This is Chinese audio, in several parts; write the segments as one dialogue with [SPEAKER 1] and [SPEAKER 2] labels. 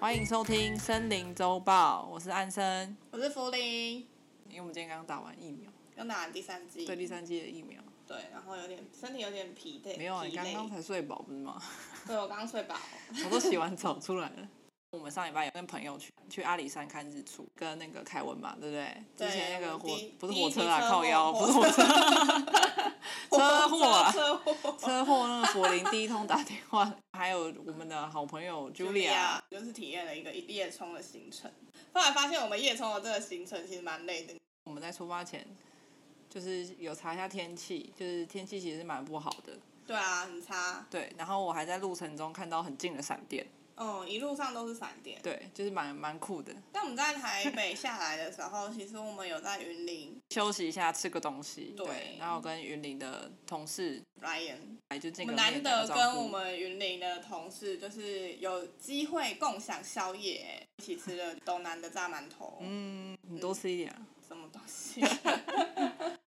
[SPEAKER 1] 欢迎收听《森林周报》，我是安生。
[SPEAKER 2] 我是福林，
[SPEAKER 1] 因为我们今天刚打完疫苗，
[SPEAKER 2] 又打完第三剂，
[SPEAKER 1] 对第三季的疫苗，
[SPEAKER 2] 对然后有点身体有点疲惫，
[SPEAKER 1] 没有啊？
[SPEAKER 2] 疲
[SPEAKER 1] 你刚
[SPEAKER 2] 累
[SPEAKER 1] 刚才睡饱不是 吗？
[SPEAKER 2] 对我刚刚睡饱，
[SPEAKER 1] 我都洗完澡出来了。我们上礼拜有跟朋友去去阿里山看日出，跟那个凯文嘛，对不对？
[SPEAKER 2] 对
[SPEAKER 1] 之前那个火
[SPEAKER 2] 我们第
[SPEAKER 1] 不是
[SPEAKER 2] 第一
[SPEAKER 1] 火
[SPEAKER 2] 批
[SPEAKER 1] 车啊，
[SPEAKER 2] 车
[SPEAKER 1] 靠
[SPEAKER 2] 祸
[SPEAKER 1] 腰，不
[SPEAKER 2] 火
[SPEAKER 1] 是火车， 车祸啊，
[SPEAKER 2] 车祸，
[SPEAKER 1] 车祸那个柏林第一通打电话，还有我们的好朋友 Julia，
[SPEAKER 2] 就是体验了一个夜冲的行程，后来发现我们夜冲的这个行程其实蛮累的，
[SPEAKER 1] 我们在出发前就是有查一下天气，就是天气其实蛮不好的，
[SPEAKER 2] 对啊，很差，
[SPEAKER 1] 对。然后我还在路程中看到很近的闪电，
[SPEAKER 2] 嗯，一路上都是闪电。
[SPEAKER 1] 对，就是蛮蛮酷的。
[SPEAKER 2] 但我们在台北下来的时候，其实我们有在云林
[SPEAKER 1] 休息一下，吃个东西，对。
[SPEAKER 2] 对
[SPEAKER 1] 然后跟云林的同事
[SPEAKER 2] Ryan，
[SPEAKER 1] 来就
[SPEAKER 2] 我
[SPEAKER 1] 进个
[SPEAKER 2] 们
[SPEAKER 1] 面
[SPEAKER 2] 难
[SPEAKER 1] 打
[SPEAKER 2] 得
[SPEAKER 1] 个招
[SPEAKER 2] 跟
[SPEAKER 1] 呼
[SPEAKER 2] 我们云林的同事就是有机会共享宵夜，一起吃了东南的炸馒头，
[SPEAKER 1] 嗯，你多吃一点啊、
[SPEAKER 2] 什么东西？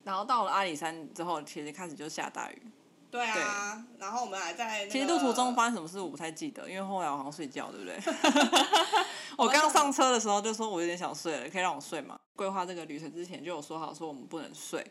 [SPEAKER 1] 然后到了阿里山之后，其实开始就下大雨。
[SPEAKER 2] 对啊，然后我们还在、那个
[SPEAKER 1] 其实路途
[SPEAKER 2] 啊
[SPEAKER 1] 中发生什么事我不太记得，因为后来我好像睡觉，对不 对？我刚上车的时候就说我有点想睡了，可以让我睡吗？规划这个旅程之前就有说好说我们不能睡，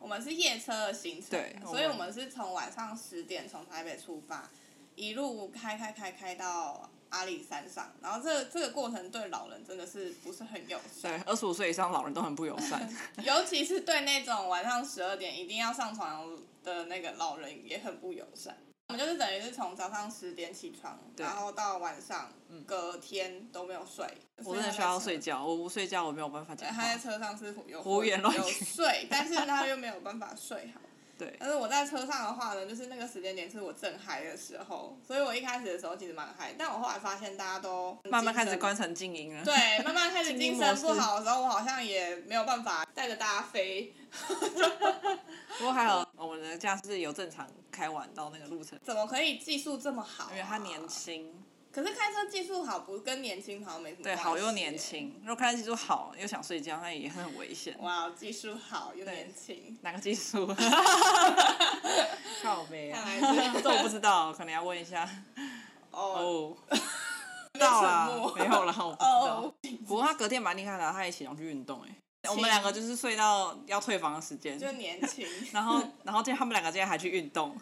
[SPEAKER 2] 我们是夜车的行程，
[SPEAKER 1] 对
[SPEAKER 2] 所以
[SPEAKER 1] 我
[SPEAKER 2] 我
[SPEAKER 1] 们
[SPEAKER 2] 们是从晚上十点从台北出发，一路开开开开到阿里山上，然后这这个过程对老人真的是不是很友
[SPEAKER 1] 对
[SPEAKER 2] 善，，
[SPEAKER 1] 二十五岁以上老人都很不友 善。
[SPEAKER 2] 尤其是对那种晚上十二点一定要上床的那个老人也很不友善。我们就是等于是从早上十点起床，
[SPEAKER 1] 对
[SPEAKER 2] 然后到晚上隔天都没有睡，
[SPEAKER 1] 我真的需要睡觉，我不睡觉我没有办法
[SPEAKER 2] 对，
[SPEAKER 1] 讲话
[SPEAKER 2] 他。在车上是有
[SPEAKER 1] 胡言乱语
[SPEAKER 2] 有睡，但是他又没有办法睡好。
[SPEAKER 1] 对
[SPEAKER 2] 但是我在车上的话呢，就是那个时间点是我正嗨的时候，所以我一开始的时候其实蛮嗨，但我后来发现大家都
[SPEAKER 1] 慢慢开始
[SPEAKER 2] 精神
[SPEAKER 1] 关成静音了。
[SPEAKER 2] 对，慢慢开始
[SPEAKER 1] 静
[SPEAKER 2] 精
[SPEAKER 1] 音模
[SPEAKER 2] 神
[SPEAKER 1] 式
[SPEAKER 2] 不好的时候，我好像也没有办法带着大家飞，
[SPEAKER 1] 不过还好我们的驾驶有正常开完到那个路程，
[SPEAKER 2] 怎么可以技术这么好、啊？
[SPEAKER 1] 因为他年，轻，
[SPEAKER 2] 可是开车技术好不跟年轻好像没什么
[SPEAKER 1] 对，
[SPEAKER 2] 关
[SPEAKER 1] 好又
[SPEAKER 2] 系
[SPEAKER 1] 年
[SPEAKER 2] 耶。
[SPEAKER 1] 轻。如果开技术好又想睡觉，那也很危险。
[SPEAKER 2] 哇，技术好又年轻，
[SPEAKER 1] 哪个技术？靠背啊！
[SPEAKER 2] 看来是
[SPEAKER 1] 这我不知道，可能要问一下。
[SPEAKER 2] 哦
[SPEAKER 1] 哦，到
[SPEAKER 2] 沉
[SPEAKER 1] 啦
[SPEAKER 2] 默，
[SPEAKER 1] 没有啦，我不知道
[SPEAKER 2] 哦。，
[SPEAKER 1] 不过他隔天蛮厉害的，啊他也起床去运动哎。我们
[SPEAKER 2] 行
[SPEAKER 1] 两个就是睡到要退房的时间，
[SPEAKER 2] 就年 轻。
[SPEAKER 1] 然后然后今天他们两个今天还去运动，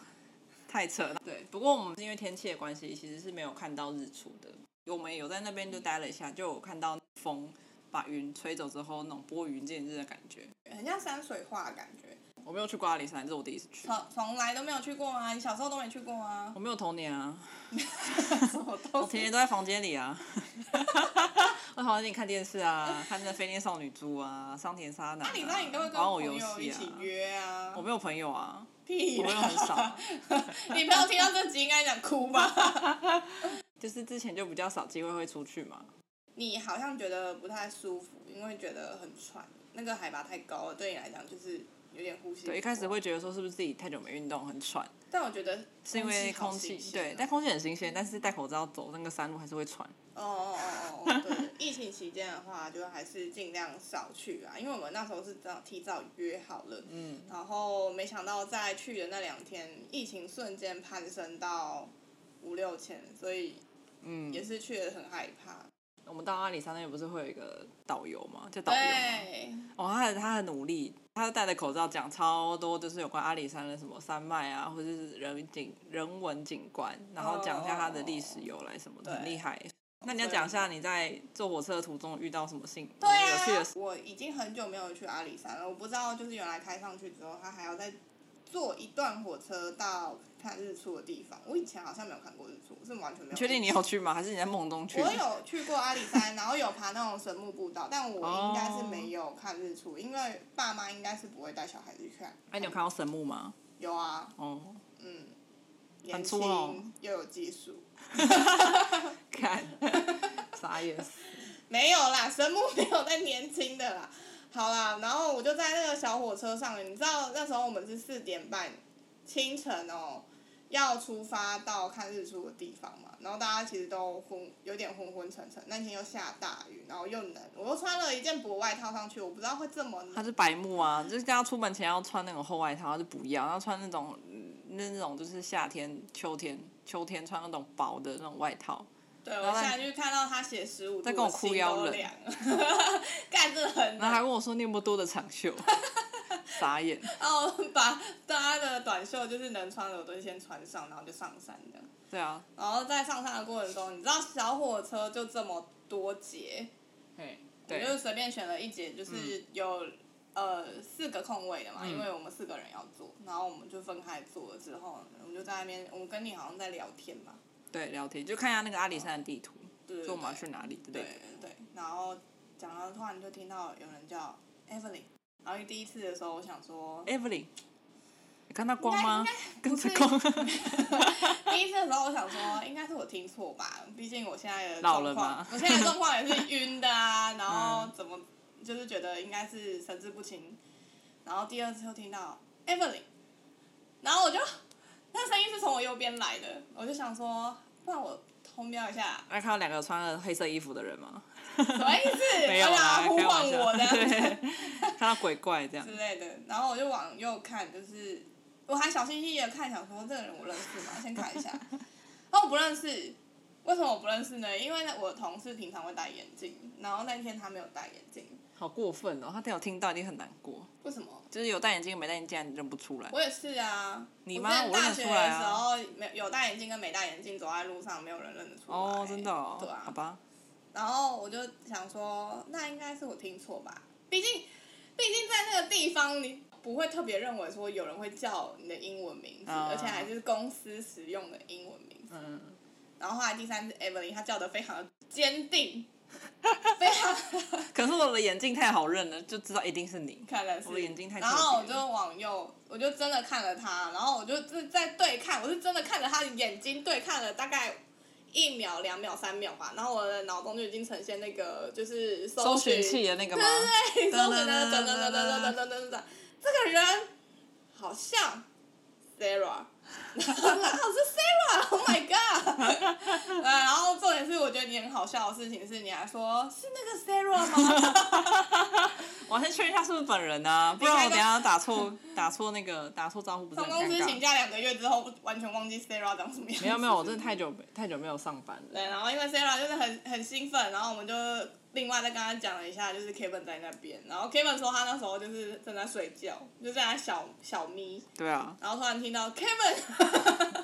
[SPEAKER 1] 太扯了。对，不过我们是因为天气的关系，其实是没有看到日出的。我们有在那边就待了一下，就有看到风把云吹走之后那种拨云见日的感觉。
[SPEAKER 2] 很像山水画的感觉，
[SPEAKER 1] 我没有去过阿里山，这是我第一次去。嗯
[SPEAKER 2] 从从来都没有去过啊！你小时候都没去过 啊
[SPEAKER 1] 我？没有童年啊。
[SPEAKER 2] 什么
[SPEAKER 1] 我
[SPEAKER 2] 东
[SPEAKER 1] 天天
[SPEAKER 2] 西？
[SPEAKER 1] 都在房间里 啊，我在房间里看电视啊，看那《飞天少女猪》啊，《桑田莎娜、啊》。
[SPEAKER 2] 那你那你都会跟
[SPEAKER 1] 玩偶
[SPEAKER 2] 朋
[SPEAKER 1] 游
[SPEAKER 2] 友
[SPEAKER 1] 戏
[SPEAKER 2] 一
[SPEAKER 1] 啊
[SPEAKER 2] 起？约啊？
[SPEAKER 1] 我没有朋友啊，
[SPEAKER 2] 屁
[SPEAKER 1] 我朋友很
[SPEAKER 2] 啦！
[SPEAKER 1] 少，
[SPEAKER 2] 你朋友听到这集应该想哭吧？
[SPEAKER 1] 就是之前就比较少机会会出去嘛。
[SPEAKER 2] 你好像觉得不太舒服，因为觉得很喘，那个海拔太高了，对你来讲就是有点呼吸。
[SPEAKER 1] 对，一开始，会觉得说是不是自己太久没运动很喘，
[SPEAKER 2] 但我觉得
[SPEAKER 1] 是因为
[SPEAKER 2] 好
[SPEAKER 1] 空气
[SPEAKER 2] 新鲜
[SPEAKER 1] 对
[SPEAKER 2] 哦，
[SPEAKER 1] 但空气很新鲜，但是戴口罩走那个山路还是会喘。
[SPEAKER 2] 哦哦哦哦，对， 疫情期间的话，就还是尽量少去啊，因为我们那时候是早提早约好了，
[SPEAKER 1] 嗯，
[SPEAKER 2] 然后没想到在去的那两天，疫情瞬间攀升到五六千，所以
[SPEAKER 1] 嗯
[SPEAKER 2] 也是去的很害怕。
[SPEAKER 1] 我们到阿里山那边不是会有一个导游嘛，叫导游嘛。
[SPEAKER 2] 对，
[SPEAKER 1] 哦，他很他很努力，他戴着口罩讲超多，就是有关阿里山的什么山脉啊，或者是人景人文景观，然后讲一下它的历史由来什么的，
[SPEAKER 2] 哦对
[SPEAKER 1] 很厉害。那你要讲一下你在坐火车的途中遇到什么性
[SPEAKER 2] 对
[SPEAKER 1] 有趣的
[SPEAKER 2] 啊
[SPEAKER 1] 事？，
[SPEAKER 2] 我已经很久没有去阿里山了，我不知道就是原来开上去之后，它还要再坐一段火车到看日出的地方。我以前好像没有看过日出，我是完全没有。
[SPEAKER 1] 确定你有？去吗？还是你在梦中去？哎
[SPEAKER 2] 我有去过阿里山，然后有爬那种神木步道，但我应该是没有看日出，因为爸妈应该是不会带小孩子去看。
[SPEAKER 1] 哎、你有看到神木吗？
[SPEAKER 2] 有啊，
[SPEAKER 1] 哦，
[SPEAKER 2] 嗯，
[SPEAKER 1] 很
[SPEAKER 2] 年
[SPEAKER 1] 粗
[SPEAKER 2] 轻
[SPEAKER 1] 哦
[SPEAKER 2] 又有技术，
[SPEAKER 1] 看，傻眼死。
[SPEAKER 2] 没有啦，神木没有在年轻的啦。好啦，然后我就在那个小火车上，你知道那时候我们是四点半清晨哦，要出发到看日出的地方嘛，然后大家其实都昏，有点昏昏沉沉。那天又下大雨，然后又冷，我又穿了一件薄外套上去，我不知道会这么冷
[SPEAKER 1] 他。是白目啊，就是跟他出门前要穿那种厚外套，他就不要，然后穿那种嗯那那种就是夏天、秋天、秋天穿那种薄的那种外套，
[SPEAKER 2] 对，
[SPEAKER 1] 后
[SPEAKER 2] 我
[SPEAKER 1] 再
[SPEAKER 2] 现在就看到他写十五度，
[SPEAKER 1] 再跟我哭腰
[SPEAKER 2] 我
[SPEAKER 1] 冷
[SPEAKER 2] 心都凉 了，干这个很
[SPEAKER 1] 然后还
[SPEAKER 2] 冷
[SPEAKER 1] 问我说你有没有多的长 袖，傻眼。
[SPEAKER 2] 然后哦 把大家的短袖就是能穿的我都先穿上，然后就上山的。
[SPEAKER 1] 对啊，
[SPEAKER 2] 然后在上山的过程中，你知道小火车就这么多节，我
[SPEAKER 1] 对
[SPEAKER 2] 就随便选了一节，
[SPEAKER 1] 嗯
[SPEAKER 2] 就是有、呃四个空位的嘛，因为我们四个人要坐，然后我们就分开坐了之后，我们就在那边，我跟你好像在聊天吧，
[SPEAKER 1] 对，聊天就看一下那个阿里山的地图，
[SPEAKER 2] 对
[SPEAKER 1] 说我们要去哪里之类
[SPEAKER 2] 对
[SPEAKER 1] 的。
[SPEAKER 2] 对，然后讲到突然就听到有人叫 Evelyn，然后第一次的时候我想说，
[SPEAKER 1] Evelyn，你看到光吗
[SPEAKER 2] 应该？
[SPEAKER 1] 跟着
[SPEAKER 2] 不是
[SPEAKER 1] 光，
[SPEAKER 2] 第一次的时候我想说应该是我听错吧，毕竟我现在的
[SPEAKER 1] 老
[SPEAKER 2] 状
[SPEAKER 1] 了
[SPEAKER 2] 况
[SPEAKER 1] 吗，
[SPEAKER 2] 我现在的状况也是晕的啊，然后
[SPEAKER 1] 嗯
[SPEAKER 2] 怎么就是觉得应该是神志不清，然后第二次又听到 Evelyn，然后我就那声音是从我右边来的，我就想说，不然我通标一下，
[SPEAKER 1] 那看到两个穿了黑色衣服的人吗？
[SPEAKER 2] 什么意 思？
[SPEAKER 1] 没有啦，
[SPEAKER 2] 他呼
[SPEAKER 1] 开
[SPEAKER 2] 唤
[SPEAKER 1] 玩笑
[SPEAKER 2] 我的。
[SPEAKER 1] 对，看到鬼怪 这样
[SPEAKER 2] 之。类的。然后我就往右看，就是我还小心翼翼的看，想说这个人我认识吗？先看一下。然后我不认识，为什么我不认识呢？因为呢我同事平常会戴眼镜，然后那天他没有戴眼镜，
[SPEAKER 1] 好过分哦！他没有听到，一定很难过。
[SPEAKER 2] 为什么？
[SPEAKER 1] 就是有戴眼镜没戴眼镜，你认不出来。
[SPEAKER 2] 我也是啊。
[SPEAKER 1] 你
[SPEAKER 2] 我
[SPEAKER 1] 吗
[SPEAKER 2] 之前
[SPEAKER 1] 我认
[SPEAKER 2] 大
[SPEAKER 1] 得
[SPEAKER 2] 学
[SPEAKER 1] 出来
[SPEAKER 2] 的
[SPEAKER 1] 啊
[SPEAKER 2] 时候，没有戴眼镜跟没戴眼镜走在路上，没有人认得出来。
[SPEAKER 1] 哦，真的哦，
[SPEAKER 2] 对啊。
[SPEAKER 1] 好吧，
[SPEAKER 2] 然后我就想说，那应该是我听错吧？毕竟，毕竟在那个地方，你不会特别认为说有人会叫你的英文名字，
[SPEAKER 1] 啊
[SPEAKER 2] 而且还是公司使用的英文名字。
[SPEAKER 1] 嗯，
[SPEAKER 2] 然后后来第三次 Evelyn，她叫的非常的坚定，非常
[SPEAKER 1] 可是我的眼镜太好认了，就知道一定是你。
[SPEAKER 2] 可能是
[SPEAKER 1] 我的眼睛太
[SPEAKER 2] 然后我
[SPEAKER 1] 特别了
[SPEAKER 2] 就往右，我就真的看了她，然后我就是在对看，我是真的看着她的眼睛对看了大概。一秒、两秒、三秒吧，然后我的脑中就已经呈现那个就是
[SPEAKER 1] 搜
[SPEAKER 2] 搜
[SPEAKER 1] 寻
[SPEAKER 2] 寻
[SPEAKER 1] 器的那个吗？
[SPEAKER 2] 对，等等等等等等等等等等，这个人好像 Sarah，然后是 Sarah，Oh my god！呃，然后重点是，我觉得你很好笑的事情是，你还说是那个 Sarah 吗？
[SPEAKER 1] 我先确认一下是不是本人啊，不然我等一下打错 打错那个打错招呼不是
[SPEAKER 2] 从
[SPEAKER 1] 很
[SPEAKER 2] 公
[SPEAKER 1] 尴
[SPEAKER 2] 司请
[SPEAKER 1] 尬？
[SPEAKER 2] 假两个月之后，完全忘记 Sarah 长什么样。
[SPEAKER 1] 没有没有，我真的太久没太久没有上班了。
[SPEAKER 2] 对，啊然后因为 Sarah 就是很很兴奋，然后我们就另外再跟他讲了一下，就是 Kevin 在那边，然后 Kevin 说他那时候就是正在睡觉，就在那小小眯，
[SPEAKER 1] 对啊，
[SPEAKER 2] 然后突然听到 Kevin，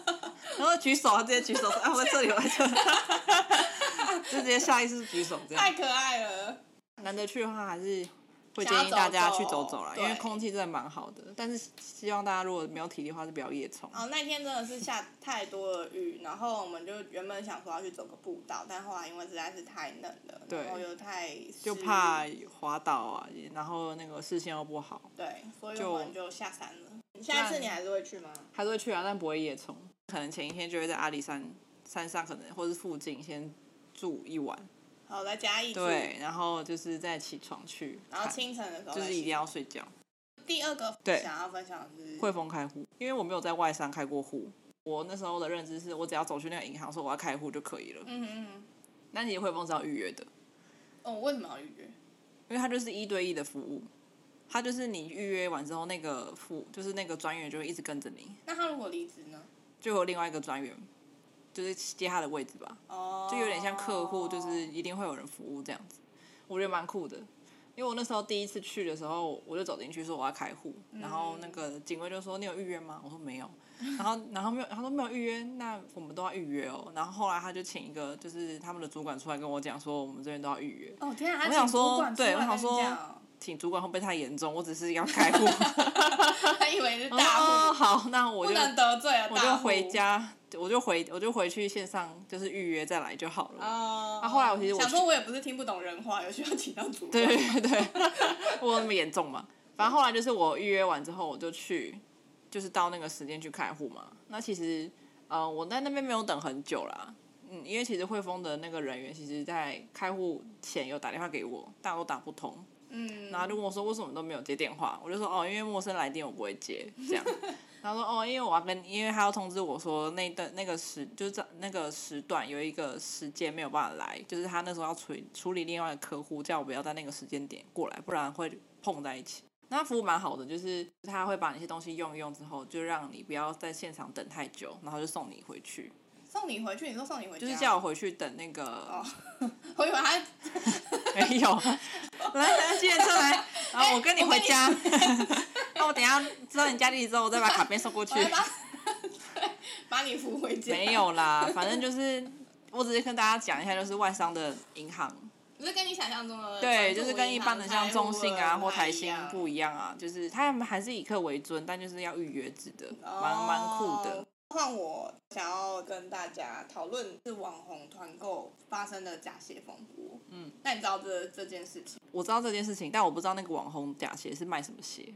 [SPEAKER 1] 然后举手，他直接举手说：“啊，我在这里，我在这里。” 就直接下意识举手这
[SPEAKER 2] 太
[SPEAKER 1] 样。
[SPEAKER 2] 可爱了。
[SPEAKER 1] 难得去的话，还是会
[SPEAKER 2] 想要
[SPEAKER 1] 建议大家
[SPEAKER 2] 走走
[SPEAKER 1] 去走走啦，因
[SPEAKER 2] 对
[SPEAKER 1] 为空气真的蛮好的。但是希望大家如果没有体力的话，是不要夜冲。
[SPEAKER 2] 然后哦那天真的是下太多的雨，然后我们就原本想说要去走个步道，但后来因为实在是太冷了，
[SPEAKER 1] 对
[SPEAKER 2] 然后又太
[SPEAKER 1] 就
[SPEAKER 2] 湿
[SPEAKER 1] 怕滑倒啊，也然后那个视线又不好，
[SPEAKER 2] 对，所以
[SPEAKER 1] 就
[SPEAKER 2] 我们就下山了。下一次你还是会去吗？
[SPEAKER 1] 还是会去啊，但不会夜冲。可能前一天就会在阿里山山上，可能或是附近先住一晚，
[SPEAKER 2] 好，来嘉义去，
[SPEAKER 1] 对，然后就是再起床去
[SPEAKER 2] 然
[SPEAKER 1] 看，
[SPEAKER 2] 后清晨的时候
[SPEAKER 1] 就
[SPEAKER 2] 再
[SPEAKER 1] 是一定
[SPEAKER 2] 去。
[SPEAKER 1] 要睡觉。
[SPEAKER 2] 第二个
[SPEAKER 1] 对
[SPEAKER 2] 想要分享的是，
[SPEAKER 1] 汇丰开户，因为我没有在外商开过户，我那时候的认知是我只要走去那个银行说我要开户就可以了。
[SPEAKER 2] 嗯嗯嗯，
[SPEAKER 1] 那其实汇丰是要预约的，
[SPEAKER 2] 哦，为什么要预约？
[SPEAKER 1] 因为它就是一对一的服务，它就是你预约完之后，那个服就是那个专员就会一直跟着你，
[SPEAKER 2] 那他如果离职呢？
[SPEAKER 1] 就有另外一个专员，就是接他的位置吧，
[SPEAKER 2] 哦，
[SPEAKER 1] 就有点像客户，就是一定会有人服务这样子，我觉得蛮酷的。因为我那时候第一次去的时候，我就走进去说我要开户，然后
[SPEAKER 2] 嗯
[SPEAKER 1] 那个警卫就说你有预约吗？我说没有，然后然后没有，他说没有预约，那我们都要预约哦。然后后来他就请一个就是他们的主管出来跟我讲说，我们这边都要预约，
[SPEAKER 2] 哦天啊！
[SPEAKER 1] 我想
[SPEAKER 2] 请主管
[SPEAKER 1] 说对
[SPEAKER 2] 出
[SPEAKER 1] 我
[SPEAKER 2] 来
[SPEAKER 1] 想
[SPEAKER 2] 跟你
[SPEAKER 1] 说
[SPEAKER 2] 讲
[SPEAKER 1] 请主管会不会太严重？我只是要开 户。
[SPEAKER 2] 他以为是
[SPEAKER 1] 我说
[SPEAKER 2] 大
[SPEAKER 1] 哦，
[SPEAKER 2] 户，
[SPEAKER 1] 好，那我
[SPEAKER 2] 不
[SPEAKER 1] 就
[SPEAKER 2] 能得罪了大户。
[SPEAKER 1] 我就回家，我就回我就回去线上就是预约再来就好了。
[SPEAKER 2] 哦，
[SPEAKER 1] 啊后来我其实我
[SPEAKER 2] 想
[SPEAKER 1] 去
[SPEAKER 2] 说，我也不是听不懂人话，有需要请到主管。
[SPEAKER 1] 对对 对，我有那么严重嘛？反正后来就是我预约完之后，我就去，就是到那个时间去开户嘛。那其实，呃，我在那边没有等很久啦，嗯，因为其实汇丰的那个人员，其实在开户前有打电话给我，但我都打不通，
[SPEAKER 2] 嗯，
[SPEAKER 1] 然后他就问我说为什么都没有接电话，我就说哦，因为陌生来电我不会接这样。他说哦，因为我要跟，因为他要通知我说那段那个时就是这那个时段有一个时间没有办法来，就是他那时候要处理处理另外的客户，叫我不要在那个时间点过来，不然会碰在一起。那他服务蛮好的，就是他会把那些东西用一用之后，就让你不要在现场等太久，然后就送你回去。
[SPEAKER 2] 送你回去，你说送你回家，
[SPEAKER 1] 就是叫我回去等那个
[SPEAKER 2] 哦，我以为他
[SPEAKER 1] 没有， 来来，计程车来， 然后我跟你回家。 那我等一下知道你家地址之后，我再把卡片送过去
[SPEAKER 2] 我。要把把你扶回家，
[SPEAKER 1] 没，有啦，反正就是，我只是跟大家讲一下，就是外商的银行，
[SPEAKER 2] 就是跟你想象中的
[SPEAKER 1] 对，
[SPEAKER 2] 中
[SPEAKER 1] 就
[SPEAKER 2] 部
[SPEAKER 1] 是跟一
[SPEAKER 2] 银行
[SPEAKER 1] 般的像
[SPEAKER 2] 开
[SPEAKER 1] 中
[SPEAKER 2] 户
[SPEAKER 1] 信
[SPEAKER 2] 的
[SPEAKER 1] 啊或
[SPEAKER 2] 不太
[SPEAKER 1] 台
[SPEAKER 2] 一
[SPEAKER 1] 新
[SPEAKER 2] 样
[SPEAKER 1] 不一样啊，就是他们还是以客为尊，但就是要预约制的，蛮蛮酷的
[SPEAKER 2] 哦。。换我想要跟大家讨论是网红团购发生的假鞋风波。
[SPEAKER 1] 嗯，
[SPEAKER 2] 那你知道这这件事情
[SPEAKER 1] 我知道这件事情，但我不知道那个网红假鞋是卖什么鞋。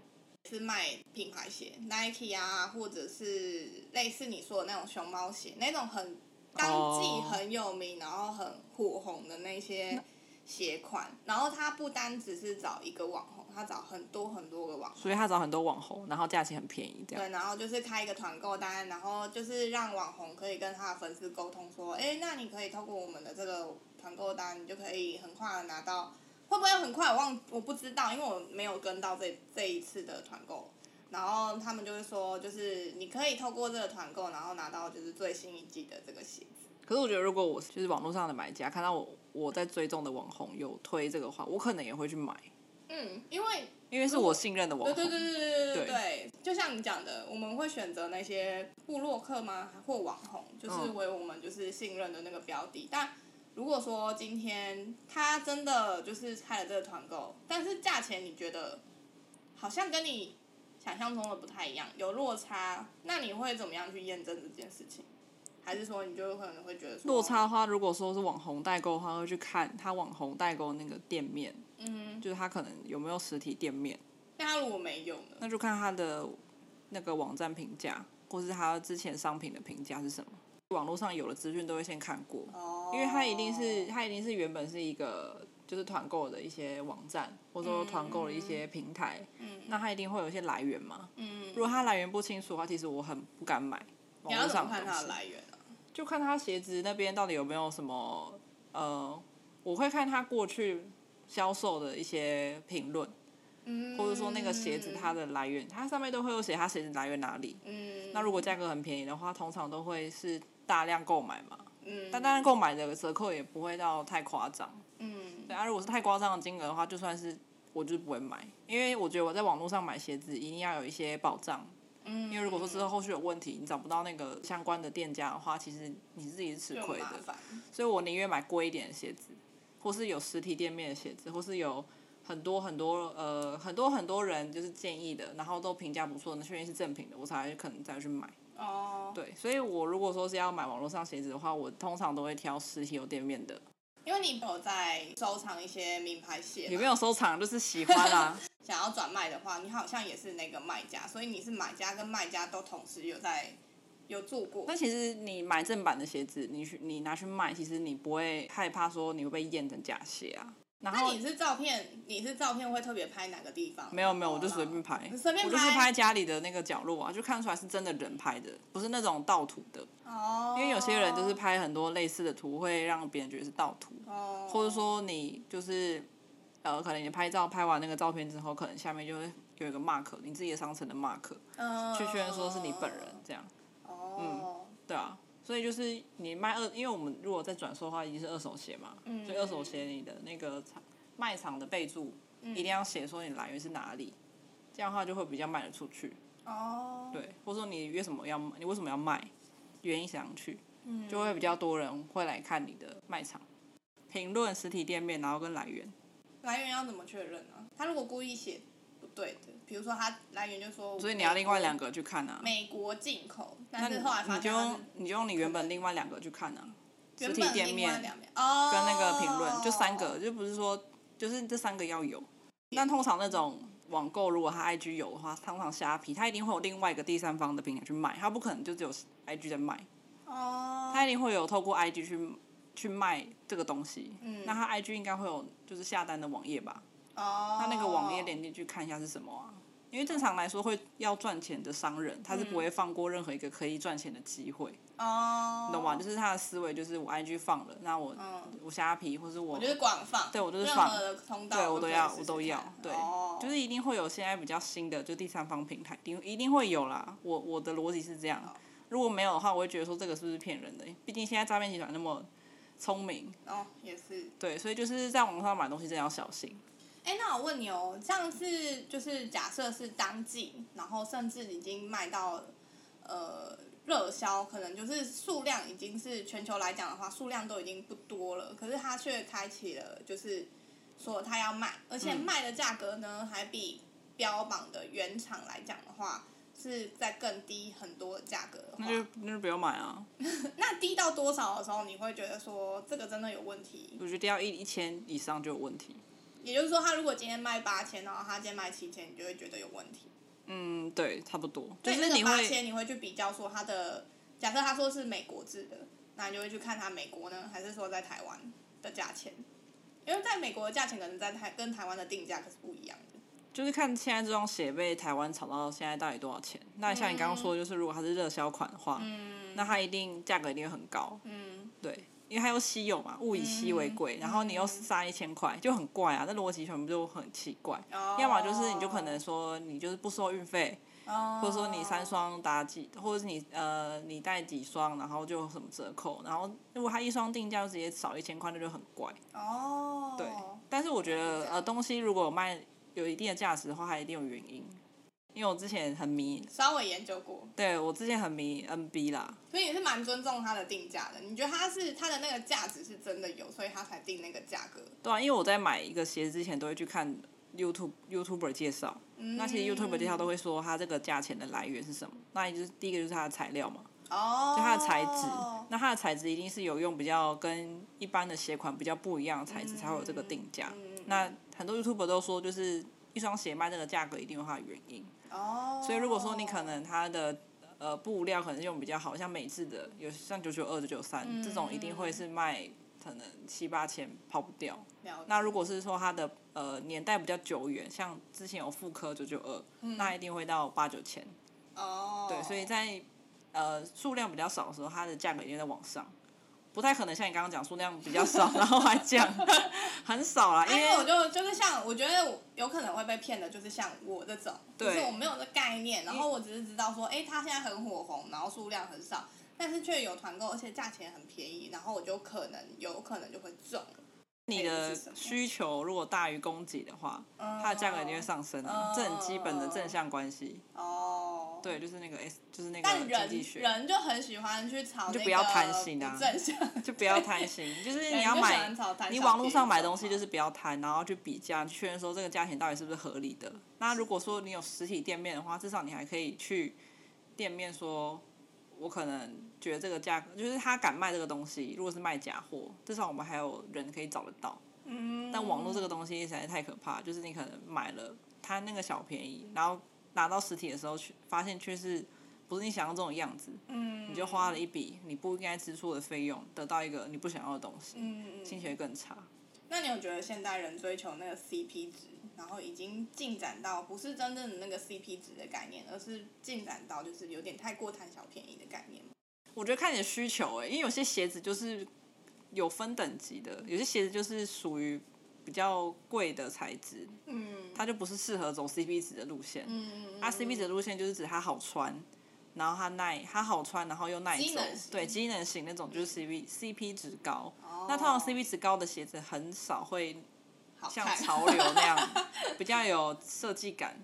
[SPEAKER 2] 是卖品牌鞋，Nike 啊，或者是类似你说的那种熊猫鞋，那种很当季
[SPEAKER 1] 哦
[SPEAKER 2] 很有名，然后很火红的那些鞋款。然后它不单只是找一个网红，它找很多很多个网红。
[SPEAKER 1] 所以他找很多网红，然后价钱很便宜，这样。
[SPEAKER 2] 对，然后就是开一个团购单，然后就是让网红可以跟他的粉丝沟通说，哎，那你可以透过我们的这个团购单，你就可以很快的拿到，会不会很快？我忘我不知道，因为我没有跟到这这一次的团购。然后他们就会说，就是你可以透过这个团购，然后拿到就是最新一季的这个鞋子。
[SPEAKER 1] 可是我觉得，如果我是就是网络上的买家，看到我我在追踪的网红有推这个话，我可能也会去买，
[SPEAKER 2] 嗯，因为
[SPEAKER 1] 因为是我信任的网
[SPEAKER 2] 对
[SPEAKER 1] 红。
[SPEAKER 2] 对对对对对
[SPEAKER 1] 对
[SPEAKER 2] 对，就像你讲的，我们会选择那些部落客吗，或网红，就是
[SPEAKER 1] 嗯
[SPEAKER 2] 为我们就是信任的那个标的。但如果说今天他真的就是开了这个团购，但是价钱你觉得好像跟你想象中的不太一样，有落差，那你会怎么样去验证这件事情？还是说你就可能会觉得说
[SPEAKER 1] 落差的话，如果说是网红代购的话，会去看他网红代购那个店面，
[SPEAKER 2] 嗯，
[SPEAKER 1] 就是他可能有没有实体店面，
[SPEAKER 2] 那他如果没有呢？
[SPEAKER 1] 那就看他的那个网站评价，或是他之前商品的评价是什么。网络上有的资讯都会先看过，
[SPEAKER 2] 哦，
[SPEAKER 1] 因为它一定是它一定是原本是一个就是团购的一些网站，或者说团购的一些平台，
[SPEAKER 2] 嗯
[SPEAKER 1] 那它一定会有一些来源嘛。
[SPEAKER 2] 嗯，
[SPEAKER 1] 如果它来源不清楚的话，其实我很不敢买
[SPEAKER 2] 你
[SPEAKER 1] 网
[SPEAKER 2] 要
[SPEAKER 1] 络
[SPEAKER 2] 怎
[SPEAKER 1] 上
[SPEAKER 2] 么看
[SPEAKER 1] 东
[SPEAKER 2] 它的
[SPEAKER 1] 西，
[SPEAKER 2] 来源啊？
[SPEAKER 1] 就看它鞋子那边到底有没有什么呃，我会看它过去销售的一些评论，
[SPEAKER 2] 嗯，
[SPEAKER 1] 或者说那个鞋子它的来源，它上面都会有写它鞋子来源哪里。
[SPEAKER 2] 嗯，
[SPEAKER 1] 那如果价格很便宜的话，通常都会是大量购买嘛。
[SPEAKER 2] 嗯，
[SPEAKER 1] 但当然购买的折扣也不会到太夸张。
[SPEAKER 2] 嗯
[SPEAKER 1] 对啊，如果是太夸张的金额的话，就算是我就是不会买，因为我觉得我在网络上买鞋子一定要有一些保障，
[SPEAKER 2] 嗯，
[SPEAKER 1] 因为如果说之后后续有问题，你找不到那个相关的店家的话，其实你自己是吃
[SPEAKER 2] 就
[SPEAKER 1] 亏
[SPEAKER 2] 麻
[SPEAKER 1] 的。
[SPEAKER 2] 烦，
[SPEAKER 1] 所以我宁愿买贵一点的鞋子，或是有实体店面的鞋子，或是有很多很多呃很多很多人就是建议的，然后都评价不错，那确定是正品的，我才可能再去买。
[SPEAKER 2] 哦，
[SPEAKER 1] 对，所以我如果说是要买网络上鞋子的话，我通常都会挑实体有店面的。
[SPEAKER 2] 因为你有在收藏一些名牌鞋
[SPEAKER 1] 有
[SPEAKER 2] 嘛，
[SPEAKER 1] 没有收藏？就是喜欢啦、
[SPEAKER 2] 想要转卖的话，你好像也是那个卖家，所以你是买家跟卖家都同时有在有做过
[SPEAKER 1] 那，其实你买正版的鞋子，你去你拿去卖，其实你不会害怕说你会被验成假鞋啊。然
[SPEAKER 2] 那
[SPEAKER 1] 后
[SPEAKER 2] 你是照片，你是照片会特别拍哪个地方？
[SPEAKER 1] 没有没有，我就随便拍，
[SPEAKER 2] 哦你随便
[SPEAKER 1] 我就是
[SPEAKER 2] 拍
[SPEAKER 1] 拍家里的那个角落啊，就看出来是真的人拍的，不是那种盗图的。
[SPEAKER 2] 哦，
[SPEAKER 1] 因为有些人就是拍很多类似的图，会让别人觉得是盗图，
[SPEAKER 2] 哦，
[SPEAKER 1] 或者说你就是呃，可能你拍照拍完那个照片之后，可能下面就会有一个 mark，你自己的商城的 mark，
[SPEAKER 2] 嗯
[SPEAKER 1] 去确认说是你本人这样。
[SPEAKER 2] 哦，
[SPEAKER 1] 对啊，所以就是你卖二，因为我们如果在转售的话，一定是二手鞋嘛，
[SPEAKER 2] 嗯
[SPEAKER 1] 所以二手鞋你的那个厂卖场的备注、
[SPEAKER 2] 嗯
[SPEAKER 1] 一定要写说你来源是哪里，这样的话就会比较卖得出去。
[SPEAKER 2] 哦，
[SPEAKER 1] 对，或者说你为什么要你为什么要卖，原因想去，
[SPEAKER 2] 嗯
[SPEAKER 1] 就会比较多人会来看你的卖场，评论实体店面，然后跟来源。
[SPEAKER 2] 来源要怎么确认呢、他如果故意写不对的，比如说他来源就说，
[SPEAKER 1] 所以你要另外两个去看啊，
[SPEAKER 2] 美国进口，
[SPEAKER 1] 那
[SPEAKER 2] 但
[SPEAKER 1] 你
[SPEAKER 2] 是后来发
[SPEAKER 1] 你就
[SPEAKER 2] 现它
[SPEAKER 1] 用
[SPEAKER 2] 是
[SPEAKER 1] 你就用你原本另外两个去看啊，实
[SPEAKER 2] 原
[SPEAKER 1] 体
[SPEAKER 2] 本
[SPEAKER 1] 店
[SPEAKER 2] 另外
[SPEAKER 1] 面
[SPEAKER 2] 两边哦，
[SPEAKER 1] 跟那个评论，就三个，就不是说就是这三个要有。但通常那种网购，如果他 IG 有的话，通常虾皮他一定会有另外一个第三方的平台去卖，他不可能就只有 IG 在卖，
[SPEAKER 2] 哦，
[SPEAKER 1] 他一定会有透过 IG 去去卖这个东西。
[SPEAKER 2] 嗯
[SPEAKER 1] 那他 IG 应该会有就是下单的网页吧？
[SPEAKER 2] 哦，
[SPEAKER 1] 那那个网页点进去看一下是什么啊？因为正常来说，会要赚钱的商人，他是不会放过任何一个可以赚钱的机会，
[SPEAKER 2] 嗯哦，
[SPEAKER 1] 懂吗？就是他的思维就是我 IG 放了，那我、
[SPEAKER 2] 嗯
[SPEAKER 1] 我虾皮或是我
[SPEAKER 2] 就是广放，
[SPEAKER 1] 对我就是
[SPEAKER 2] 任
[SPEAKER 1] 放
[SPEAKER 2] 何的通道
[SPEAKER 1] 对我
[SPEAKER 2] 都
[SPEAKER 1] 都
[SPEAKER 2] 可以
[SPEAKER 1] 要
[SPEAKER 2] 试，试
[SPEAKER 1] 我都要
[SPEAKER 2] 看，
[SPEAKER 1] 对，
[SPEAKER 2] 哦、
[SPEAKER 1] 就是一
[SPEAKER 2] 哦
[SPEAKER 1] 定会有现在比较新的，就第三方平台，一定一定会有啦。我我的逻辑是这样，如果没有的话，我会觉得说这个是不是骗人的？毕竟现在诈骗集团那么聪明，
[SPEAKER 2] 哦，也是。
[SPEAKER 1] 对，所以就是在网上买东西真的要小心。
[SPEAKER 2] 哎，那我问你哦，上次就是假设是当季，然后甚至已经卖到呃热销，可能就是数量已经是全球来讲的话，数量都已经不多了，可是它却开启了就是说它要卖，而且
[SPEAKER 1] 嗯
[SPEAKER 2] 卖的价格呢、还比标榜的原厂来讲的话是在更低很多的价格的话，
[SPEAKER 1] 那就那就不要买啊！
[SPEAKER 2] 那低到多少的时候，你会觉得说这个真的有问题？
[SPEAKER 1] 我觉得要一一千以上就有问题。
[SPEAKER 2] 也就是说，他如果今天卖八千，然后他今天卖七千，你就会觉得有问题。
[SPEAKER 1] 嗯，对，差不多。就
[SPEAKER 2] 对，
[SPEAKER 1] 是你
[SPEAKER 2] 那个八
[SPEAKER 1] 会
[SPEAKER 2] 千，你会去比较说它的，假设他说是美国制的，那你就会去看它美国呢，还是说在台湾的价钱？因为在美国的价钱可能在台跟台湾的定价可是不一样的。
[SPEAKER 1] 就是看现在这双鞋被台湾炒到现在到底多少钱。那像你刚刚说，就是如果它是热销款的话，
[SPEAKER 2] 嗯
[SPEAKER 1] 那它一定价格一定会很高。
[SPEAKER 2] 嗯，
[SPEAKER 1] 对，因为它又稀有嘛，物以稀为贵，
[SPEAKER 2] 嗯
[SPEAKER 1] 然后你又杀一千块，就很怪啊，那逻辑全部就很奇怪。
[SPEAKER 2] 哦
[SPEAKER 1] 要么就是你就可能，说你就是不收运费，
[SPEAKER 2] 哦、
[SPEAKER 1] 或者说你三，双打几，或者是你呃你带几双，然后就有什么折扣，然后如果它一双定价就直接少一千块，那就很怪。
[SPEAKER 2] 哦，
[SPEAKER 1] 对，但是我觉
[SPEAKER 2] 这
[SPEAKER 1] 得
[SPEAKER 2] 样
[SPEAKER 1] 呃东西如果有卖有一定的价值的话，它一定有原因。因为我之前很迷，
[SPEAKER 2] 稍微研究过，
[SPEAKER 1] 对我之前很迷 NB 啦，
[SPEAKER 2] 所以也是蛮尊重它的定价的。你觉得它是它的那个价值是真的有，所以它才定那个价格。
[SPEAKER 1] 对啊，因为我在买一个鞋子之前都会去看 YouTube YouTuber 介绍，
[SPEAKER 2] 嗯、
[SPEAKER 1] 那其实 YouTube 介绍都会说它这个价钱的来源是什么，那也就是第一个就是它的材料嘛，
[SPEAKER 2] 哦，
[SPEAKER 1] 就它的材质，那它的材质一定是有用比较跟一般的鞋款比较不一样的材质才会有这个定价。
[SPEAKER 2] 嗯嗯嗯
[SPEAKER 1] 那很多 YouTuber 都说，就是一双鞋卖这个价格一定有它的原因，
[SPEAKER 2] 哦，
[SPEAKER 1] 所以如果说你可能它的。呃，布料可能用比较好，像美制的，有像九九二、九九三
[SPEAKER 2] 嗯
[SPEAKER 1] 这种，一定会是卖可能七八千，跑不掉。
[SPEAKER 2] 了解
[SPEAKER 1] 那如果是说它的呃年代比较久远，像之前有妇科九九二，那一定会到八九千。
[SPEAKER 2] 嗯哦，
[SPEAKER 1] 对，所以在呃数量比较少的时候，它的价格一定在往上，不太可能像你刚刚讲数量比较少，然后还降， 很少啦，因
[SPEAKER 2] 因为哎我
[SPEAKER 1] 为
[SPEAKER 2] 就就是像我觉得我有可能会被骗的，就是像我这种，就
[SPEAKER 1] 对
[SPEAKER 2] 是我没有这概念，然后我只是知道说，哎，它现在很火红，然后数量很少，但是却有团购，而且价钱很便宜，然后我就可能有可能就会中，
[SPEAKER 1] 你
[SPEAKER 2] 配
[SPEAKER 1] 的
[SPEAKER 2] 置是什么哦
[SPEAKER 1] 需求如果大于供给的话，它
[SPEAKER 2] 它
[SPEAKER 1] 的价格一定会上升啊，这很基本的正向关系。
[SPEAKER 2] 哦。
[SPEAKER 1] 对，就是那个 S，就是那
[SPEAKER 2] 但
[SPEAKER 1] 个经
[SPEAKER 2] 人
[SPEAKER 1] 济学，
[SPEAKER 2] 人就很喜欢去炒那
[SPEAKER 1] 就
[SPEAKER 2] 个
[SPEAKER 1] 不要贪心啊
[SPEAKER 2] 不正向，
[SPEAKER 1] 就不要贪心，就是
[SPEAKER 2] 人
[SPEAKER 1] 你要
[SPEAKER 2] 就喜
[SPEAKER 1] 买
[SPEAKER 2] 欢炒贪
[SPEAKER 1] 你
[SPEAKER 2] 小
[SPEAKER 1] 网络
[SPEAKER 2] 便宜
[SPEAKER 1] 上
[SPEAKER 2] 这
[SPEAKER 1] 买
[SPEAKER 2] 种
[SPEAKER 1] 东西
[SPEAKER 2] 嘛
[SPEAKER 1] 就是不要贪，然后去比价，去确认说这个价钱到底是不是合理的。那如果说你有实体店面的话，至少你还可以去店面说，我可能觉得这个价格，就是他敢卖这个东西，如果是卖假货，至少我们还有人可以找得到。
[SPEAKER 2] 嗯，
[SPEAKER 1] 但网络这个东西实在是太可怕，就是你可能买了贪那个小便宜，然后拿到实体的时候去发现却是不是你想要这种样子，
[SPEAKER 2] 嗯，
[SPEAKER 1] 你就花了一笔你不应该支出的费用，得到一个你不想要的东西，
[SPEAKER 2] 嗯嗯
[SPEAKER 1] 心
[SPEAKER 2] 嗯。
[SPEAKER 1] 情会更差。
[SPEAKER 2] 那你有觉得现代人追求那个 CP 值，然后已经进展到不是真正的那个 CP 值的概念，而是进展到就是有点太过贪小便宜的概念吗？
[SPEAKER 1] 我觉得看你的需求哎、因为有些鞋子就是有分等级的，有些鞋子就是属于比较贵的材质，
[SPEAKER 2] 嗯
[SPEAKER 1] 它就不是适合走 CP 值的路线。
[SPEAKER 2] 嗯
[SPEAKER 1] 它 CP 值的路线就是指它好穿，然后它耐，它好穿，然后又耐
[SPEAKER 2] 机
[SPEAKER 1] 走
[SPEAKER 2] 能型，
[SPEAKER 1] 对，机能型那种就是 CP CP 值高。
[SPEAKER 2] 哦
[SPEAKER 1] 那通常 CP 值高的鞋子很少会
[SPEAKER 2] 好
[SPEAKER 1] 像
[SPEAKER 2] 看
[SPEAKER 1] 潮流那样 比较有设计感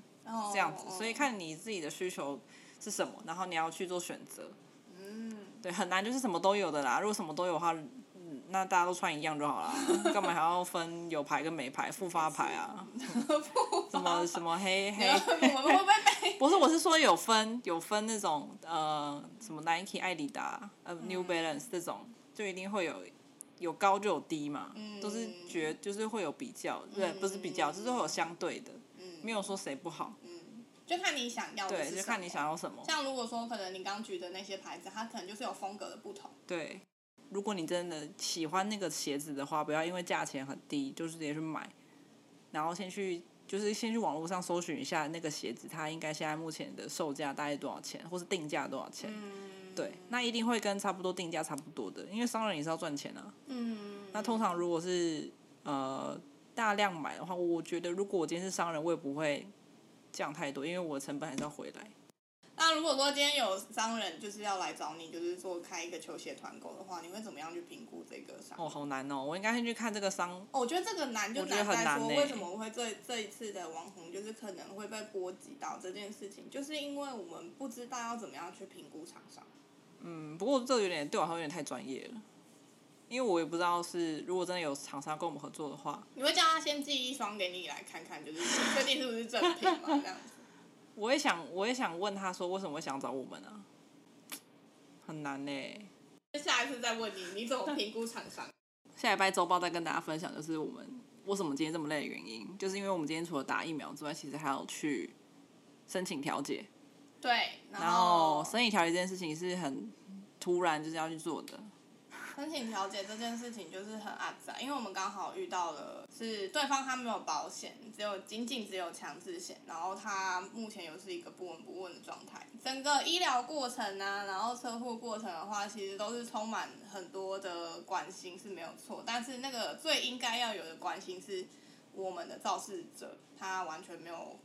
[SPEAKER 1] 这样子，
[SPEAKER 2] 哦
[SPEAKER 1] 所以看你自己的需求是什么，然后你要去做选择。
[SPEAKER 2] 嗯
[SPEAKER 1] 对，很难就是什么都有的啦。如果什么都有的话，嗯那大家都穿一样就好 啦，干嘛还要分有牌跟没牌、复发牌 啊？什么什么黑黑？
[SPEAKER 2] 我 们会不会被
[SPEAKER 1] 不是，我是说有分有分那种呃什么 Nike、艾迪达、呃
[SPEAKER 2] 嗯
[SPEAKER 1] New Balance 这种，就一定会有有高就有低嘛， 都是
[SPEAKER 2] 嗯
[SPEAKER 1] 觉就是会有比较，对，不是比较，就是会有相对的，没有说谁不好，
[SPEAKER 2] 嗯，就看你想要的
[SPEAKER 1] 对，
[SPEAKER 2] 是
[SPEAKER 1] 就
[SPEAKER 2] 什
[SPEAKER 1] 看你
[SPEAKER 2] 么
[SPEAKER 1] 想要什么。
[SPEAKER 2] 像如果说可能你刚举的那些牌子，它可能就是有风格的不同。
[SPEAKER 1] 对，如果你真的喜欢那个鞋子的话，不要因为价钱很低就直接去买，然后先去就是先去网络上搜寻一下那个鞋子，它应该现在目前的售价大概多少钱，或是定价多少钱。
[SPEAKER 2] 嗯
[SPEAKER 1] 对，那一定会跟差不多定价差不多的，因为商人也是要赚钱啊。
[SPEAKER 2] 嗯，
[SPEAKER 1] 那通常如果是呃大量买的话，我觉得如果我今天是商人，我也不会降太多，因为我的成本还是要回来。
[SPEAKER 2] 那、那如果说今天有商人就是要来找你，就是说开一个球鞋团购的话，你会怎么样去评估这个商品？
[SPEAKER 1] 哦，好难哦，我应该先去看这个商。
[SPEAKER 2] 哦，我觉得这个难就
[SPEAKER 1] 我觉得
[SPEAKER 2] 难
[SPEAKER 1] 很
[SPEAKER 2] 在
[SPEAKER 1] 难
[SPEAKER 2] 说
[SPEAKER 1] 欸
[SPEAKER 2] 为什么我会这这一次的网红就是可能会被波及到这件事情，就是因为我们不知道要怎么样去评估厂商。
[SPEAKER 1] 嗯，不过这有点对我好像有点太专业了，因为我也不知道是如果真的有厂商跟我们合作的话，
[SPEAKER 2] 你会叫他先寄一双给你来看看，就是确定是不是正品嘛？这样子。
[SPEAKER 1] 我也想我也想问他说为什么会想找我们啊？很难呢、
[SPEAKER 2] 下一次再问你，你怎么评估厂商？
[SPEAKER 1] 下礼拜周报再跟大家分享，就是我们为什么今天这么累的原因，就是因为我们今天除了打疫苗之外，其实还要去申请调解，
[SPEAKER 2] 对，
[SPEAKER 1] 然
[SPEAKER 2] 然
[SPEAKER 1] 后
[SPEAKER 2] 后
[SPEAKER 1] 申请调解这件事情是很突然就是要去做的，
[SPEAKER 2] 申请调解这件事情就是很阿杂，因为我们刚好遇到了是对方他没有保险，只有仅仅只有强制险，然后他目前又是一个不闻不问的状态。整个医疗过程啊，然后车祸过程的话，其实都是充满很多的关心是没有错，但是那个最应该要有的关心是我们的肇事者，他完全没有。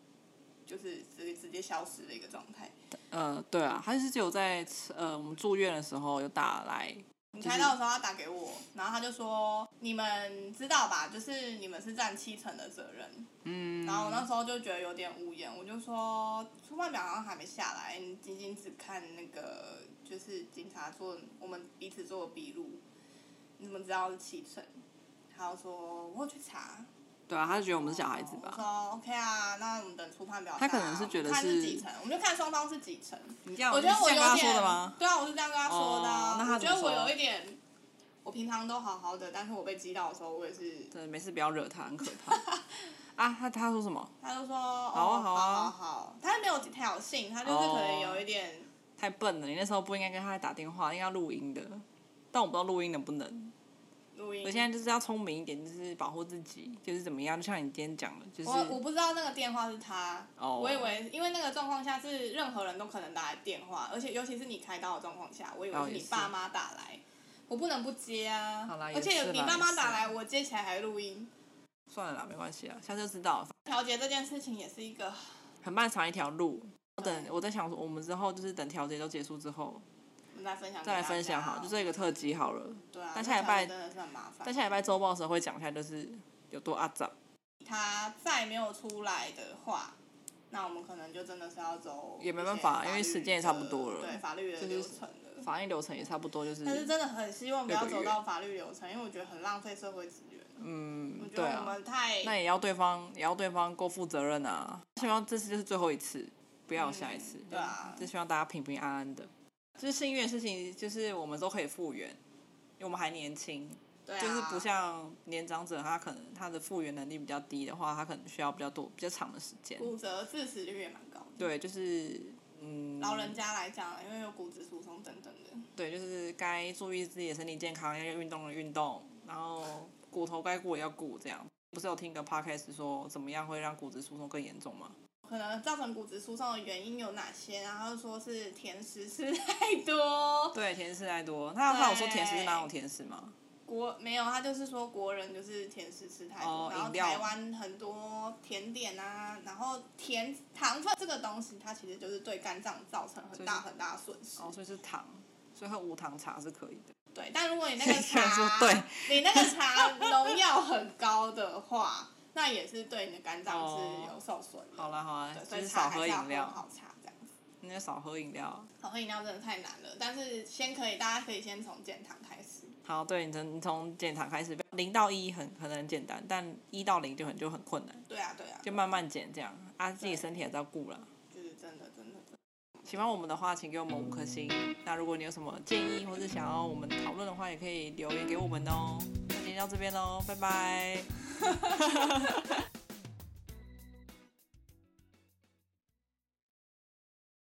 [SPEAKER 2] 就是直直接消失的一个状态。
[SPEAKER 1] 呃，对啊，他就是只有在呃我们住院的时候有打来，
[SPEAKER 2] 你开刀的时候，他打给我，然后他就说：“你们知道吧？就是你们是占七成的责任。”
[SPEAKER 1] 嗯，
[SPEAKER 2] 然后我那时候就觉得有点无言，我就说：“出发表好像还没下来，你仅仅只看那个就是警察做我们彼此做的笔录，你怎么知道是七成？”他就说：“我有去查。
[SPEAKER 1] 对啊，他就觉得我们是小孩子
[SPEAKER 2] 我
[SPEAKER 1] 吧，
[SPEAKER 2] 说：“OK 啊，那我们等初判表下来啊。”
[SPEAKER 1] 他可能是觉得
[SPEAKER 2] 我们看
[SPEAKER 1] 是
[SPEAKER 2] 是几成，我们就看双方是几成。
[SPEAKER 1] 你这样
[SPEAKER 2] 我觉得我
[SPEAKER 1] 哦你这样
[SPEAKER 2] 有
[SPEAKER 1] 跟他说
[SPEAKER 2] 点
[SPEAKER 1] 的吗？
[SPEAKER 2] 对啊，我是这样跟他说的啊、
[SPEAKER 1] 哦那他
[SPEAKER 2] 我
[SPEAKER 1] 怎
[SPEAKER 2] 觉
[SPEAKER 1] 么
[SPEAKER 2] 得
[SPEAKER 1] 说
[SPEAKER 2] 我有一点，我平常都好好的，但是我被击倒的时候，我也是。
[SPEAKER 1] 对，没事，不要惹他，很可 怕。啊，他他说什么？
[SPEAKER 2] 他就说，哦，
[SPEAKER 1] 好
[SPEAKER 2] 好
[SPEAKER 1] 啊好啊
[SPEAKER 2] 好好，他没有挑衅，他就是可能有一点，
[SPEAKER 1] 太笨了，你那时候不应该跟他打电话，应该要录音的。但我不知道录音能不能。
[SPEAKER 2] 录音。
[SPEAKER 1] 我现在就是要聪明一点，就是保护自己，就是怎么样，就像你今天讲的，就是
[SPEAKER 2] 我我不知道那个电话是他
[SPEAKER 1] 哦
[SPEAKER 2] 我以为因为那个状况下是任何人都可能打来电话，而且尤其是你开刀的状况下，我以为
[SPEAKER 1] 哦
[SPEAKER 2] 是你
[SPEAKER 1] 也是
[SPEAKER 2] 爸妈打来，我不能不接啊。
[SPEAKER 1] 好啦也
[SPEAKER 2] 而且
[SPEAKER 1] 是
[SPEAKER 2] 你
[SPEAKER 1] 啦
[SPEAKER 2] 爸
[SPEAKER 1] 也
[SPEAKER 2] 妈
[SPEAKER 1] 是
[SPEAKER 2] 打
[SPEAKER 1] 啦
[SPEAKER 2] 来，我接起来还录音。
[SPEAKER 1] 算了啦，没关系啦，下次就知道了。
[SPEAKER 2] 调解这件事情也是一个
[SPEAKER 1] 很漫长一条路。等我在想说，我们之后就是等调节都结束之后
[SPEAKER 2] 我们再分享给
[SPEAKER 1] 再来
[SPEAKER 2] 大
[SPEAKER 1] 分享
[SPEAKER 2] 家
[SPEAKER 1] 好，
[SPEAKER 2] 哦
[SPEAKER 1] 就这一个特辑好了。
[SPEAKER 2] 对啊，
[SPEAKER 1] 但
[SPEAKER 2] 这
[SPEAKER 1] 下礼
[SPEAKER 2] 条
[SPEAKER 1] 拜
[SPEAKER 2] 真的是很麻烦。
[SPEAKER 1] 但下礼拜周报的时候会讲一下，就是有多阿杂。
[SPEAKER 2] 他再没有出来的话，那我们可能就真的是要走
[SPEAKER 1] 也没办法
[SPEAKER 2] 一些
[SPEAKER 1] 因为
[SPEAKER 2] 法律
[SPEAKER 1] 时间也差不多
[SPEAKER 2] 的
[SPEAKER 1] 了
[SPEAKER 2] 对法律的
[SPEAKER 1] 就是
[SPEAKER 2] 流程了。
[SPEAKER 1] 法律流程也差不多，就是
[SPEAKER 2] 但是真的很希望不要
[SPEAKER 1] 六个
[SPEAKER 2] 走
[SPEAKER 1] 月
[SPEAKER 2] 到法律流程，因为我觉得很浪费社会资源。
[SPEAKER 1] 嗯
[SPEAKER 2] 我，觉
[SPEAKER 1] 对
[SPEAKER 2] 得我
[SPEAKER 1] 啊，
[SPEAKER 2] 们太
[SPEAKER 1] 那也要对方也要对方够负责任啊。希望这次就是最后一次，不要有下一次。
[SPEAKER 2] 嗯对啊
[SPEAKER 1] 就希望大家平平安安的。就是幸运的事情，就是我们都可以复原，因为我们还年轻，
[SPEAKER 2] 对啊，
[SPEAKER 1] 就是不像年长者，他可能他的复原能力比较低的话，他可能需要比较多比较长的时间。
[SPEAKER 2] 骨折致死率也蛮高的。
[SPEAKER 1] 对，就是嗯，
[SPEAKER 2] 老人家来讲，因为有骨质疏松等等的，
[SPEAKER 1] 对，就是该注意自己的身体健康，要运动的运动，然后骨头该顾也要顾，这样。不是有听一个 podcast 说怎么样会让骨质疏松更严重吗？
[SPEAKER 2] 可能造成骨质疏松的原因有哪些？然后说是甜食吃太多，
[SPEAKER 1] 对，甜食太多。他他有说甜食是哪种
[SPEAKER 2] 对
[SPEAKER 1] 甜食吗？
[SPEAKER 2] 国没有，他就是说国人就是甜食吃太多，
[SPEAKER 1] 哦
[SPEAKER 2] 然后
[SPEAKER 1] 饮料
[SPEAKER 2] 台湾很多甜点啊，然后甜糖分这个东西，它其实就是对肝脏造成很大
[SPEAKER 1] 就是
[SPEAKER 2] 很大的损失。
[SPEAKER 1] 哦，所以是糖，所以喝无糖茶是可以的。
[SPEAKER 2] 对，但如果 你那个
[SPEAKER 1] 居然说
[SPEAKER 2] 茶，
[SPEAKER 1] 对
[SPEAKER 2] 你那个茶农药很高的话，那也是对你的肝脏是有受损的。
[SPEAKER 1] 哦好啦好啦
[SPEAKER 2] 对，
[SPEAKER 1] 就
[SPEAKER 2] 所以
[SPEAKER 1] 是
[SPEAKER 2] 茶
[SPEAKER 1] 少
[SPEAKER 2] 还
[SPEAKER 1] 喝
[SPEAKER 2] 是要
[SPEAKER 1] 饮
[SPEAKER 2] 喝
[SPEAKER 1] 料
[SPEAKER 2] 好，茶这样子。
[SPEAKER 1] 那就少喝饮料。
[SPEAKER 2] 少喝饮料真的太难了，但是先可以，大家可以先从健糖开始。
[SPEAKER 1] 好，对你从你从减糖开始，零到一很可能很简单，但一到零就很就很困难，
[SPEAKER 2] 对啊，对啊，
[SPEAKER 1] 就慢慢减这样。啊，自己
[SPEAKER 2] 对
[SPEAKER 1] 身体还是要顾啦。
[SPEAKER 2] 就是真的，真的，真的
[SPEAKER 1] 喜欢我们的话，请给我们五颗星。那如果你有什么建议或是想要我们讨论的话，也可以留言给我们哦。那今天到这边喽，拜拜。